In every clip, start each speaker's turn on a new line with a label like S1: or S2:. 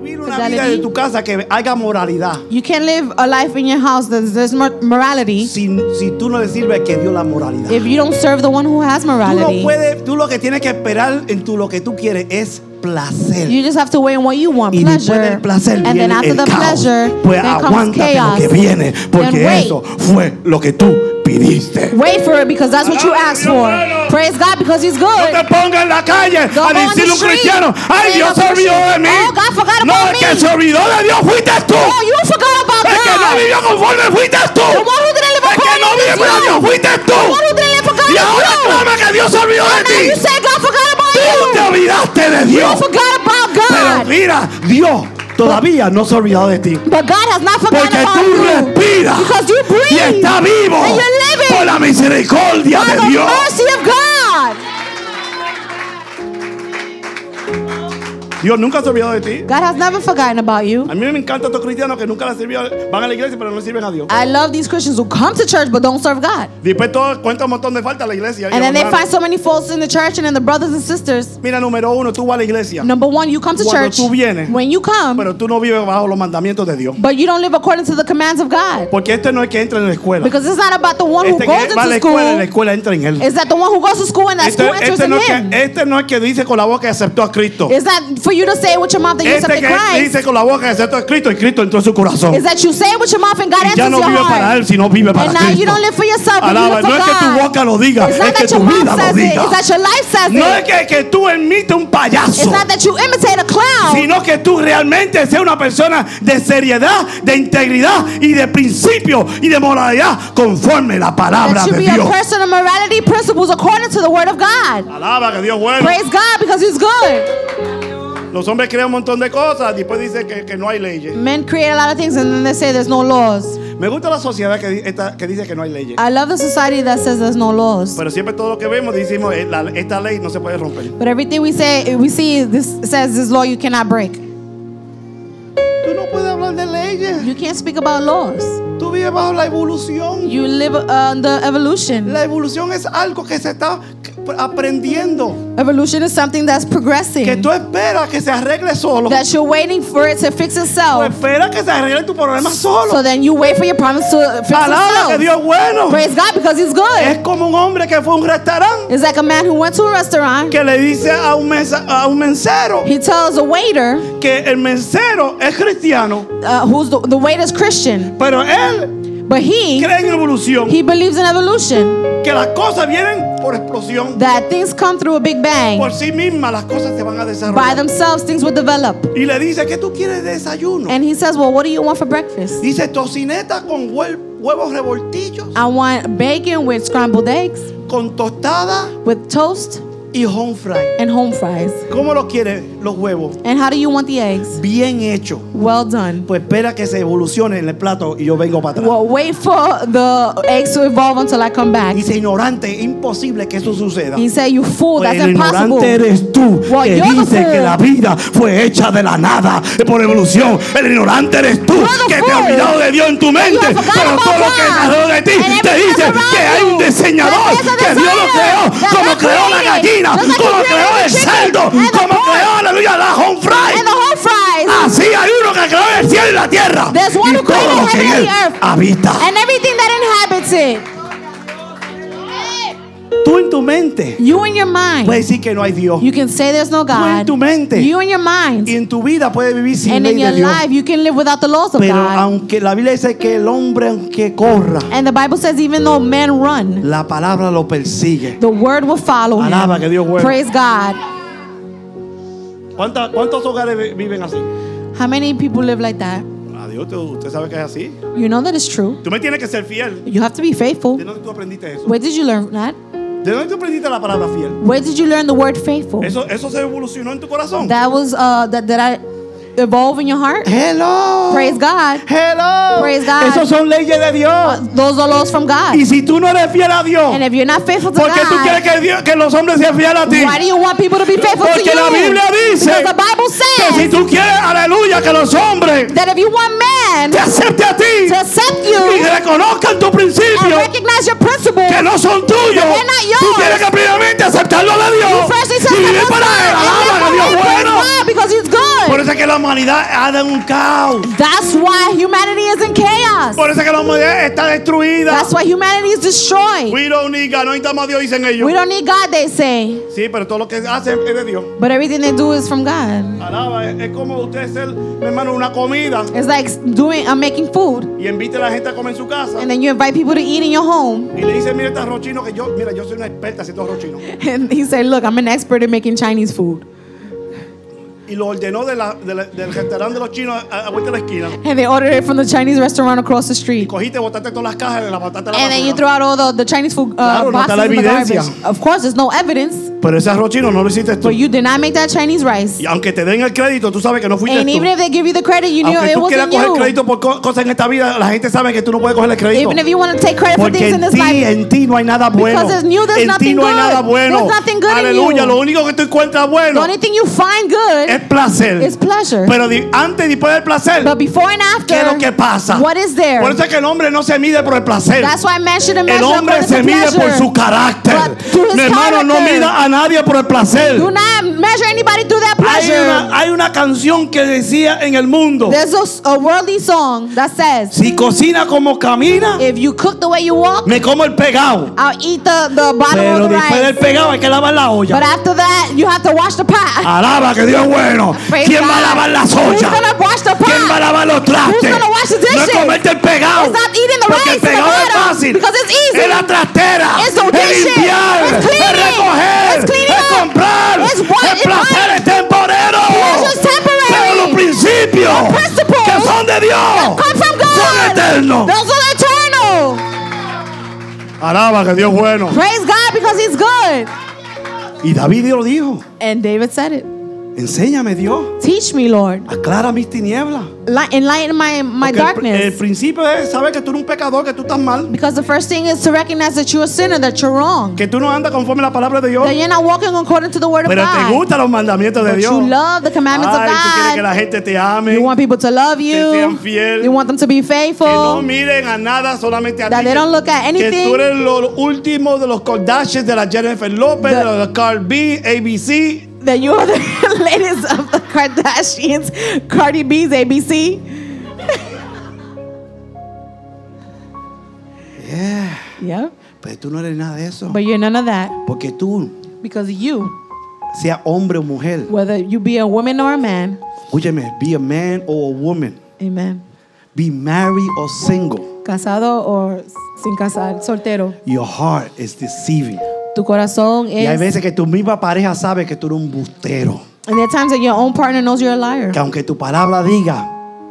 S1: Pues
S2: una vida de
S1: infidelity.
S2: tu casa que haya moralidad.
S1: You can't live a life in your house that there's mor- morality
S2: Si, si tú no le sirves que dio la moralidad.
S1: if you don't serve the one who has
S2: Tú no
S1: morality.
S2: puedes, tú lo que tienes que esperar en tu lo que tú quieres es placer.
S1: You just have to wait on what you want,
S2: y después
S1: pleasure.
S2: del placer
S1: and then
S2: viene
S1: after
S2: el
S1: the
S2: caos.
S1: pleasure,
S2: pues
S1: then comes
S2: aguántate
S1: chaos.
S2: lo que viene,
S1: Then
S2: porque
S1: wait.
S2: eso fue lo que tú pidiste.
S1: Wait for it because that's what you asked for. Praise God because He's good.
S2: No te pongas en la calle
S1: Don't
S2: a decirle
S1: go on
S2: a
S1: the
S2: un
S1: street
S2: cristiano, ay
S1: saying
S2: Dios
S1: I'm
S2: se olvidó
S1: Christian.
S2: de mí.
S1: Oh, God forgot
S2: no,
S1: about
S2: el que
S1: me.
S2: se olvidó de Dios fuiste tú.
S1: Oh, you forgot about
S2: el que no
S1: God.
S2: vivió conforme fuiste tú.
S1: The one who didn't live
S2: el que
S1: according
S2: no
S1: to
S2: vivió
S1: his
S2: para
S1: will.
S2: Dios fuiste tú.
S1: The one who didn't live according
S2: Y
S1: to
S2: ahora
S1: his will.
S2: clama que Dios se olvidó de
S1: Now you
S2: ti.
S1: say God forgot about
S2: Tú te
S1: you.
S2: olvidaste de
S1: You
S2: Dios.
S1: forgot about
S2: Pero
S1: God.
S2: mira, Dios todavía no se ha olvidado de ti.
S1: But God has not forgotten
S2: Porque
S1: about
S2: tú
S1: you.
S2: respiras
S1: Because you breathe.
S2: y está vivo
S1: And you're living.
S2: por la misericordia
S1: By
S2: de
S1: the
S2: Dios.
S1: mercy of God.
S2: Dios nunca se olvidó de ti.
S1: God has never forgotten about you.
S2: A mí me encantan estos cristianos que nunca le sirvieron, van a la iglesia pero no le sirven a Dios.
S1: I love these Christians who come to church but don't serve God.
S2: Después todo cuenta un montón de falta a la iglesia.
S1: And then they
S2: Hermano,
S1: find so many faults in the church and in the brothers and sisters.
S2: Mira, número uno, tú vas a la iglesia,
S1: Number one, you come to
S2: Cuando
S1: church.
S2: tú vienes.
S1: When you come,
S2: pero tú no vives bajo los mandamientos de Dios.
S1: but you don't live according to the commands of God.
S2: Porque este no es que entra en la escuela.
S1: Because it's not about the one who
S2: Este que
S1: goes
S2: va a la
S1: into
S2: escuela, la
S1: school.
S2: escuela entra en él.
S1: It's that the one who goes to school and that
S2: Este,
S1: school enters
S2: este
S1: in
S2: no es
S1: him.
S2: que, este no es que dice con la boca que aceptó a Cristo.
S1: Is that for you to say with your mouth that you
S2: Este
S1: accepted
S2: que
S1: Christ?
S2: dice con la boca que aceptó a Cristo y Cristo entró en su corazón.
S1: Is that you say it with your mouth and God
S2: Y Oh. ya
S1: answers
S2: no
S1: your
S2: vive para
S1: heart?
S2: él, sino vive para
S1: And now you
S2: Cristo.
S1: don't live for yourself, but you
S2: Alaba,
S1: live for
S2: no es que tu
S1: God.
S2: boca lo diga,
S1: It's
S2: es
S1: not
S2: que
S1: that your
S2: tu vida
S1: mouth
S2: lo
S1: says it.
S2: diga.
S1: It's that your life says
S2: No es
S1: it.
S2: que, que tú emites un payaso,
S1: It's not that you imitate a clown,
S2: sino que tú realmente seas una persona de seriedad, de integridad y de principio y de moralidad conforme la palabra
S1: that you
S2: de
S1: be a
S2: Dios.
S1: person of morality principles according to the word of God.
S2: Alaba que Dios es bueno.
S1: Praise God because He's good.
S2: Los hombres creen un montón de cosas, después dicen que, que no hay leyes.
S1: Men create a lot of things and then they say there's no laws.
S2: Me gusta la sociedad que, di- esta- que dice que no hay leyes.
S1: I love the society that says there's no laws.
S2: Pero siempre todo lo que vemos decimos, eh, la- esta ley no se puede romper.
S1: But everything we say, we see, this says this law you cannot break.
S2: Tú no puedes hablar de leyes.
S1: You can't speak about laws.
S2: Tú vives bajo la evolución.
S1: You live under evolution.
S2: La evolución es algo que se está aprendiendo,
S1: Evolution is something that's progressing.
S2: que tú esperas que se arregle solo.
S1: that you're waiting for it to fix
S2: Tú
S1: itself.
S2: esperas que se arregle tu problema
S1: So
S2: solo.
S1: then you wait for your promise to fix
S2: Alaba que
S1: itself.
S2: Dios Eh. es bueno.
S1: Praise God because He's
S2: Es
S1: good.
S2: como un hombre que fue a un restaurante
S1: It's like a man who went to a restaurant.
S2: que le dice a un, mesa- a un mensero
S1: He tells a waiter,
S2: que el mensero es cristiano,
S1: uh, who's the, the waiter's Christian,
S2: pero él
S1: but he
S2: cree en evolución,
S1: he believes in evolution
S2: que las cosas vienen por explosión.
S1: that things come through a big bang
S2: Por sí mismas las cosas se van a
S1: by
S2: desarrollar.
S1: themselves. Things will develop.
S2: Y le dice, ¿qué tú quieres de desayuno?
S1: And he says, "Well, what do you want for breakfast?
S2: Dice, tocineta con huel- huevos revoltillos.
S1: I want bacon with scrambled eggs,
S2: con tostada
S1: with toast,
S2: y home fry.
S1: and home fries.
S2: ¿Cómo lo quieren los huevos?
S1: And how do you want the eggs?
S2: Bien hecho.
S1: Well done."
S2: Pues espera que se evolucione en el plato y yo vengo para atrás.
S1: Well, wait for the eggs to evolve until I come back.
S2: Dice ignorante, es imposible que eso suceda.
S1: He said, You fool,
S2: Pues
S1: that's
S2: el
S1: impossible.
S2: ignorante eres tú
S1: Well,
S2: que
S1: you're the
S2: dice
S1: fool.
S2: que la vida fue hecha de la nada eh, por evolución. El ignorante eres tú que
S1: the
S2: te
S1: fool.
S2: has olvidado de Dios en tu mente.
S1: have forgotten
S2: Pero todo
S1: about
S2: lo que
S1: God.
S2: está alrededor de ti
S1: And everything
S2: te dice
S1: that's around
S2: que hay un
S1: you.
S2: diseñador
S1: That there's a
S2: que Dios lo
S1: designer.
S2: creó,
S1: That
S2: como
S1: God
S2: creó la
S1: created.
S2: gallina,
S1: Just like
S2: como
S1: he
S2: creó
S1: created
S2: el
S1: the chicken
S2: cerdo,
S1: and the
S2: como
S1: pork.
S2: creó, aleluya, la home fry.
S1: And the whole fries
S2: Así hay uno que creó el cielo y la tierra
S1: There's one
S2: y
S1: who
S2: todo
S1: created
S2: lo que en
S1: heaven
S2: él
S1: and earth.
S2: habita.
S1: and everything that inhabits it.
S2: Tú en tu mente
S1: You in your mind,
S2: puedes decir que no hay Dios.
S1: you can say there's no
S2: en
S1: God.
S2: tu mente.
S1: You in your mind.
S2: Y en tu vida puedes vivir sin
S1: And in
S2: ley
S1: your
S2: de Dios.
S1: life, you can live without the laws of
S2: Pero
S1: God.
S2: aunque la Biblia dice que el hombre aunque corra,
S1: And the Bible says, even though men run,
S2: la palabra lo persigue.
S1: the word will follow
S2: Alaba que Dios
S1: him.
S2: bueno.
S1: Praise God.
S2: ¿Cuánta- ¿Cuántos hogares vi- viven así?
S1: How many people live like that?
S2: Adiós, Ah, tú- usted sabe que es así.
S1: You know that it's true.
S2: Tú me tienes que ser fiel.
S1: You have to be
S2: ¿De
S1: faithful.
S2: dónde tú aprendiste eso?
S1: Where did you learn that?
S2: ¿De dónde tú aprendiste la palabra fiel?
S1: Where did you learn the word faithful?
S2: Eso, eso se evolucionó en tu corazón.
S1: That was uh that that I evolve in your heart.
S2: Hello.
S1: Praise God.
S2: Hello.
S1: Praise God.
S2: Esos son leyes de Dios.
S1: Those are laws from God.
S2: Y si tú no eres fiel a Dios,
S1: And if you're not faithful to
S2: ¿por qué tú quieres
S1: God,
S2: que, Dios- que los hombres sean fieles a ti?
S1: why do you want people to be faithful to
S2: Porque
S1: you?
S2: la Biblia dice
S1: because the Bible
S2: Que si
S1: says
S2: tú quieres, aleluya, que los hombres
S1: that if you want
S2: te
S1: men
S2: acepten a ti
S1: to accept
S2: y
S1: you
S2: reconozcan tu
S1: and
S2: principio
S1: recognize your principle,
S2: que no son tuyos,
S1: they're not yours.
S2: tú tienes que primeramente aceptarlo de Dios
S1: you firstly
S2: y
S1: said
S2: vivir para él. Alaba a Dios bueno.
S1: because he's
S2: Por
S1: good.
S2: eso es que que la humanidad ha dado un caos.
S1: That's why humanity is in chaos.
S2: Por eso es que la humanidad está destruida.
S1: That's why humanity is destroyed.
S2: We don't need God, no necesitamos a Dios, dicen ellos.
S1: We don't need God, they say.
S2: Sí, pero todo lo que hacen es de Dios.
S1: But everything they do is from God.
S2: Alaba, es es como usted ser, mi hermano, una comida
S1: It's like doing I'm making food.
S2: y invite a la gente a comer en su casa.
S1: And then you invite people to eat in your home.
S2: Y le dice, mira este arroz chino que yo, mira, yo soy una experta haciendo arroz chino.
S1: And he said, Look, I'm an expert in making Chinese food.
S2: Y lo ordenó de la- de la- del restaurante de los chinos a, a vuelta de la esquina.
S1: And they ordered it from the Chinese restaurant across the street.
S2: Cogiste, botaste todas las cajas de la batata a la
S1: And then you throw
S2: basura.
S1: out all the, the Chinese food
S2: Claro, no
S1: uh,
S2: está
S1: boxes
S2: la
S1: in the
S2: evidencia.
S1: garbage. Of course, there's no evidence.
S2: Pero ese arroz chino no lo hiciste tú.
S1: But you did not make that Chinese rice.
S2: Y aunque te den el crédito, tú sabes que no fuiste
S1: And
S2: tú.
S1: even if they give you the credit, you knew
S2: Aunque
S1: it
S2: tú quieras
S1: wasn't
S2: coger
S1: you.
S2: crédito por co- cosas en esta vida, la gente sabe que tú no puedes coger el crédito.
S1: Even if you want to take credit for
S2: Porque
S1: things in
S2: en
S1: this
S2: ti,
S1: life,
S2: en ti no hay nada bueno.
S1: Because in you there's
S2: En ti
S1: nothing
S2: no hay
S1: good.
S2: nada bueno.
S1: There's nothing good in
S2: Aleluya,
S1: you.
S2: lo único que tú encuentras
S1: the
S2: bueno
S1: only thing you find
S2: es
S1: good
S2: placer.
S1: is pleasure.
S2: Pero di- antes y después del placer,
S1: But before and
S2: ¿qué es lo que
S1: after,
S2: pasa?
S1: what is there?
S2: Por eso es que el hombre no se mide por el placer.
S1: That's why men shouldn't
S2: El
S1: measure
S2: hombre
S1: according
S2: se
S1: to
S2: mide por
S1: pleasure.
S2: su carácter.
S1: But through his
S2: Mi hermano no
S1: character.
S2: mira a nadie por el placer.
S1: Do not measure anybody through that
S2: Hay
S1: pleasure.
S2: una, hay una canción que decía en el mundo,
S1: There's a, a worldly song that says,
S2: si cocina como camina,
S1: if you cook the way you walk,
S2: me como el pegado.
S1: I'll eat the, the bottom of
S2: Pero
S1: the
S2: después del
S1: rice.
S2: pegado hay que lavar la
S1: But
S2: olla.
S1: after that, you have to wash the pot.
S2: Alaba que Dios es bueno.
S1: Praise
S2: ¿Quién va a
S1: God.
S2: lavar las
S1: Who's
S2: ollas?
S1: gonna wash the
S2: ¿Quién va a
S1: pot?
S2: lavar los trastes?
S1: gonna wash the
S2: No es
S1: dishes?
S2: comerte el pegado.
S1: It's not eating the
S2: Porque el
S1: rice in the
S2: pegado es
S1: bottom,
S2: fácil.
S1: because it's easy.
S2: Es la trastera.
S1: It's
S2: es
S1: the dishes.
S2: limpiar.
S1: It's cleaning.
S2: Es recoger.
S1: It's cleaning
S2: es
S1: up.
S2: comprar.
S1: It's what-
S2: el
S1: it's
S2: placer
S1: what-
S2: es temporero.
S1: Pleasure's temporary.
S2: Pero los principios
S1: The principles
S2: que son de Dios
S1: Come from
S2: son
S1: God.
S2: eternos.
S1: Those are eternal.
S2: Alaba que Dios es bueno.
S1: Praise God because He's good.
S2: Y David Dios lo dijo.
S1: And David said it.
S2: Enséñame Dios.
S1: Teach me, Lord.
S2: Aclara mis tinieblas.
S1: Li- enlighten my, my
S2: Porque el pr- El,
S1: darkness.
S2: principio es saber que tú eres un pecador, que tú estás mal,
S1: Because the first thing is to recognize that you're a sinner, that you're wrong.
S2: que tú no andas conforme a la palabra de Dios.
S1: That you're not walking according to the word of
S2: Pero te
S1: God.
S2: gustan los mandamientos de
S1: But
S2: Dios.
S1: you love the commandments
S2: Ay, tú quieres que
S1: of
S2: la
S1: God.
S2: gente te ame.
S1: You want people to love you.
S2: sean fiel.
S1: You want them to be
S2: que no
S1: faithful.
S2: miren a nada, solamente a
S1: That
S2: ti.
S1: they don't look at
S2: Que tú
S1: anything.
S2: eres lo último de los Kardashians, de la Jennifer Lopez, de
S1: The-
S2: los Carl B, ABC.
S1: That you are the ladies of the Kardashians, Cardi B's, ABC. Yeah.
S2: Pero tú no eres nada de eso.
S1: But you're none of that.
S2: Porque tú,
S1: Because you,
S2: sea hombre o mujer,
S1: whether you be a woman or a man,
S2: escúchame, be a man or a woman,
S1: amen.
S2: be married or single,
S1: Casado or sin casar, soltero.
S2: your heart is deceiving.
S1: Tu corazón
S2: Y hay
S1: es.
S2: veces que tu misma pareja sabe que tú eres un bustero.
S1: And there are times that your own partner knows you're a liar.
S2: Que aunque tu palabra diga,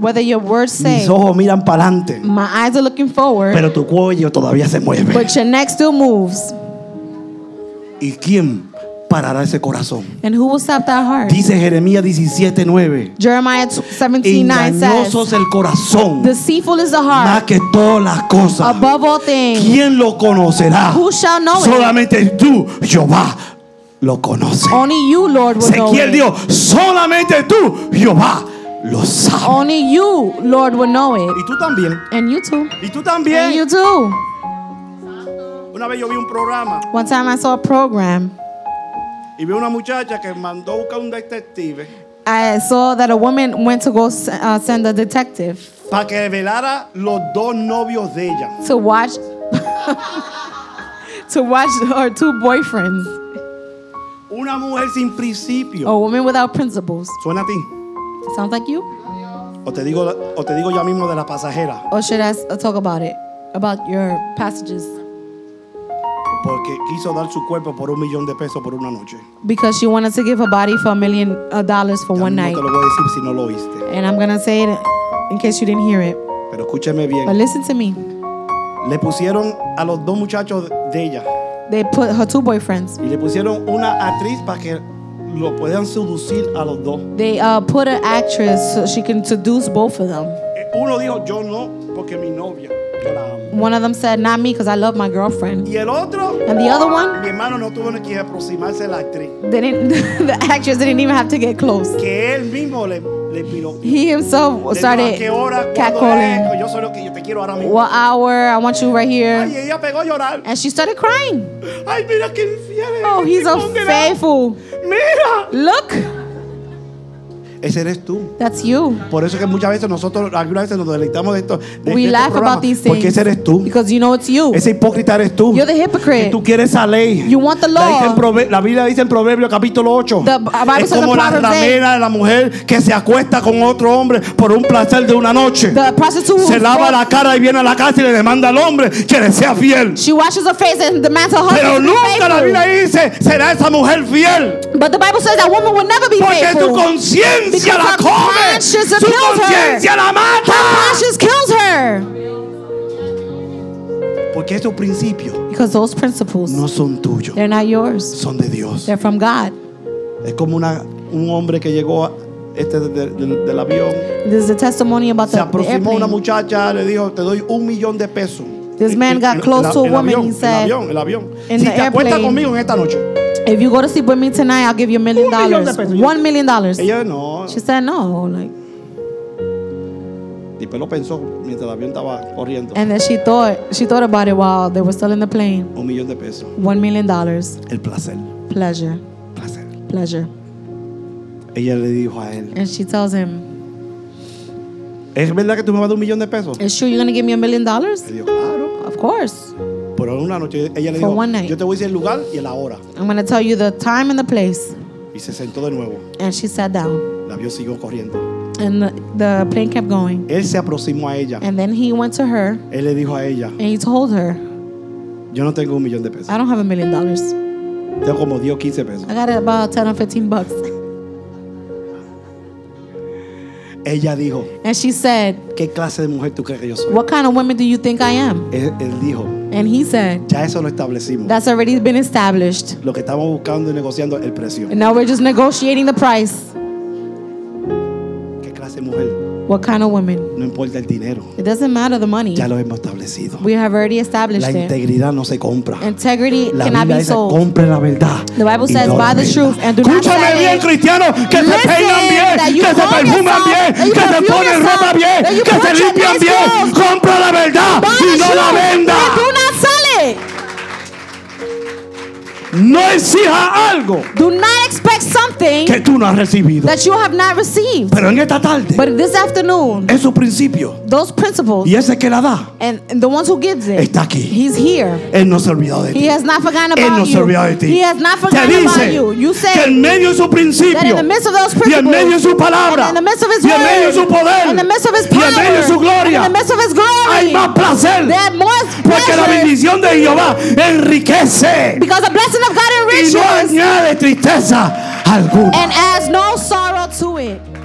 S1: Whether your words say,
S2: mis ojos miran para adelante,
S1: my eyes are looking forward,
S2: pero tu cuello todavía se mueve.
S1: but your neck still moves.
S2: ¿Y quién parará ese corazón?
S1: And who will stop that heart?
S2: Dice Jeremías 17:9.
S1: Jeremiah 17 9
S2: Engañoso
S1: says,
S2: es el corazón
S1: Deceitful is the
S2: más
S1: heart
S2: que todas las cosas.
S1: above all things.
S2: ¿Quién lo conocerá?
S1: Who shall know it?
S2: Solamente tú, Jehová, lo conoce.
S1: Only you, Lord, will know
S2: Ezequiel
S1: it.
S2: dijo, solamente tú, Jehová, lo sabe.
S1: Only you, Lord, will know it.
S2: Y tú también.
S1: And you too.
S2: Y tú
S1: And you
S2: también.
S1: too.
S2: Una vez yo vi un programa
S1: One time I saw a program.
S2: y vi una muchacha que mandó buscar un detective
S1: I saw that a woman went to go s- uh, send a detective
S2: para que velara los dos novios de ella.
S1: to watch to watch her two boyfriends.
S2: Una mujer sin principio.
S1: A woman without principles.
S2: ¿Suena a ti?
S1: Sounds like you?
S2: O te digo, o te digo ya mismo de la pasajera.
S1: Or should I s- uh, talk about it? About your passages?
S2: Porque quiso dar su cuerpo por un millón de pesos por una noche.
S1: Because she wanted to give her body for a million uh, dollars for
S2: Ya
S1: one
S2: mismo
S1: night.
S2: te lo voy a decir si no lo oíste.
S1: And I'm gonna say it in case you didn't hear it.
S2: Pero escúcheme
S1: But
S2: bien.
S1: listen to me.
S2: Le pusieron a los dos muchachos de ella
S1: They put her two boyfriends.
S2: y le pusieron una actriz para que lo puedan seducir a los dos.
S1: They uh, put an actress so she can seduce both of them.
S2: Eh, Uno dijo, yo no, porque mi novia, yo la amo.
S1: One of them said, "Not me, because I love my girlfriend."
S2: Y el otro,
S1: And the other one,
S2: mi hermano no tuvo ni que aproximarse a la actriz.
S1: they didn't. the actress didn't even have to get close.
S2: Que él mismo le, le piró.
S1: He himself
S2: Le dijo, ¿A
S1: started
S2: qué hora? ¿Cuándo
S1: catcalling.
S2: es? Yo soy lo que yo te quiero ahora mismo.
S1: What hour? I want you right
S2: Ay,
S1: here.
S2: ella pegó a llorar.
S1: And she started crying.
S2: Ay, mira qué infiel. es,
S1: Oh,
S2: qué
S1: he's a
S2: condenado.
S1: faithful.
S2: Mira,
S1: Look,
S2: Ese eres tú.
S1: That's you.
S2: Por eso es que muchas veces nosotros, algunas veces nos deleitamos de esto. de- de
S1: We
S2: estos
S1: laugh
S2: programas,
S1: about these
S2: Porque
S1: things
S2: ese eres tú.
S1: because you know it's you.
S2: Ese hipócrita eres tú.
S1: You're the hypocrite.
S2: Y tú quieres esa ley.
S1: You want the
S2: La, dice en
S1: law.
S2: Prove- la Biblia dice en Proverbios capítulo 8.
S1: The Bible
S2: es
S1: says in
S2: como la
S1: Proverbs eight.
S2: ramera de la mujer que se acuesta con otro hombre por un placer de una noche.
S1: The prostitute who
S2: Se lava la cara y viene a la casa y le demanda al hombre que le sea fiel.
S1: she washes her face and demands her
S2: Pero
S1: husband. to be
S2: nunca la
S1: faithful.
S2: Biblia dice, será esa mujer fiel.
S1: But the Bible says that woman will never be
S2: Porque tu
S1: faithful.
S2: conciencia
S1: Because
S2: la
S1: her
S2: come.
S1: conscience
S2: Tu
S1: kills her.
S2: conciencia la mata.
S1: Conscience kills her
S2: Porque esos principios
S1: because those principles
S2: no son tuyos,
S1: they're not yours.
S2: son de Dios.
S1: They're from God.
S2: Es como una, un hombre que llegó a- este de- de- del- del avión.
S1: This is a testimony about
S2: Se
S1: the, the
S2: aproximó una
S1: airplane.
S2: muchacha, le dijo, te doy un millón de pesos.
S1: This man got close to a woman,
S2: avión,
S1: he
S2: el
S1: said,
S2: avión, el avión.
S1: in
S2: Si
S1: the
S2: te acuestas
S1: airplane,
S2: conmigo en esta noche.
S1: If you go to sleep with me tonight, I'll give you a million
S2: Un millón de
S1: dollars.
S2: pesos.
S1: One million dollars.
S2: Ella no.
S1: She said no, like,
S2: Después pues lo pensó mientras el avión estaba corriendo.
S1: and then she thought she thought about it while they were still in the plane.
S2: Un millón de pesos.
S1: One million dollars,
S2: El placer,
S1: pleasure,
S2: placer.
S1: pleasure.
S2: Ella le dijo a él,
S1: And she tells him,
S2: ¿es verdad que tú me vas a dar un millón de pesos?
S1: "Is sure you're gonna give me a million dollars?
S2: Le dijo, claro.
S1: Of course.
S2: Pero una noche ella le
S1: For
S2: dijo,
S1: one night.
S2: yo te voy a decir el lugar y la hora.
S1: I'm gonna tell you the time and the place."
S2: Y se sentó de nuevo.
S1: And she sat down,
S2: El avión siguió corriendo.
S1: and the, the plane kept going.
S2: Él se aproximó a ella.
S1: And then he went to her
S2: Él le dijo a ella,
S1: and he told her,
S2: yo no tengo un millón de pesos.
S1: "I don't have a million dollars.
S2: Tengo como 10 o 15 pesos.
S1: I got about ten or fifteen bucks."
S2: Ella dijo,
S1: And she said,
S2: ¿qué clase de mujer tú crees que yo soy?
S1: "What kind of woman do you think I am?"
S2: Él, él dijo,
S1: And he said,
S2: ya eso lo establecimos.
S1: "That's already been established."
S2: Lo que estamos buscando y negociando es el precio.
S1: And now we're just negotiating the price.
S2: ¿Qué clase de mujer?
S1: What kind of woman?
S2: No importa el dinero.
S1: It doesn't matter the money.
S2: Ya lo hemos establecido.
S1: We have already established
S2: La
S1: it.
S2: integridad no se compra.
S1: Integrity
S2: La
S1: cannot
S2: Biblia
S1: be
S2: dice,
S1: sold.
S2: compre la verdad.
S1: The Bible
S2: y
S1: says,
S2: no la
S1: "Buy the
S2: venda".
S1: truth and do not
S2: Escúchame
S1: sell
S2: bien,
S1: it.
S2: cristiano, que se
S1: Listen,
S2: peinan
S1: that
S2: bien,
S1: you
S2: que se
S1: comb
S2: perfuman
S1: yourself,
S2: bien,
S1: that you
S2: que se
S1: perfume
S2: ponen
S1: yourself,
S2: ropa bien,
S1: that you
S2: que se
S1: put your
S2: limpian
S1: nice
S2: bien.
S1: clothes.
S2: Compra la verdad
S1: Buy
S2: y
S1: the
S2: no la
S1: truth
S2: venda.
S1: and do not sell it.
S2: No exija algo
S1: Do not expect something
S2: que tú no has recibido.
S1: that you have not received.
S2: Pero en esta tarde,
S1: But this afternoon,
S2: esos principios
S1: those principles
S2: y ese que la da,
S1: and, and the ones who gives it,
S2: Está aquí.
S1: he's here.
S2: Él no se ha olvidado de
S1: He
S2: ti.
S1: has not forgotten
S2: Él
S1: about
S2: no se ha
S1: you.
S2: olvidado de ti.
S1: He has
S2: Te
S1: not forgotten about
S2: dice
S1: you. You
S2: que
S1: said
S2: en medio de su
S1: that in
S2: principio
S1: the midst of those
S2: y en
S1: principles,
S2: medio de su palabra
S1: and in the midst of his
S2: y en
S1: word,
S2: medio de su poder
S1: in the midst of his
S2: y
S1: power,
S2: en medio de su gloria
S1: and in the midst of his glory,
S2: hay más placer
S1: there are more
S2: porque la
S1: pleasure,
S2: bendición de Jehová enriquece
S1: because the blessing of God
S2: y no
S1: enriches
S2: añade tristeza alguna.
S1: and adds no sorrow to it.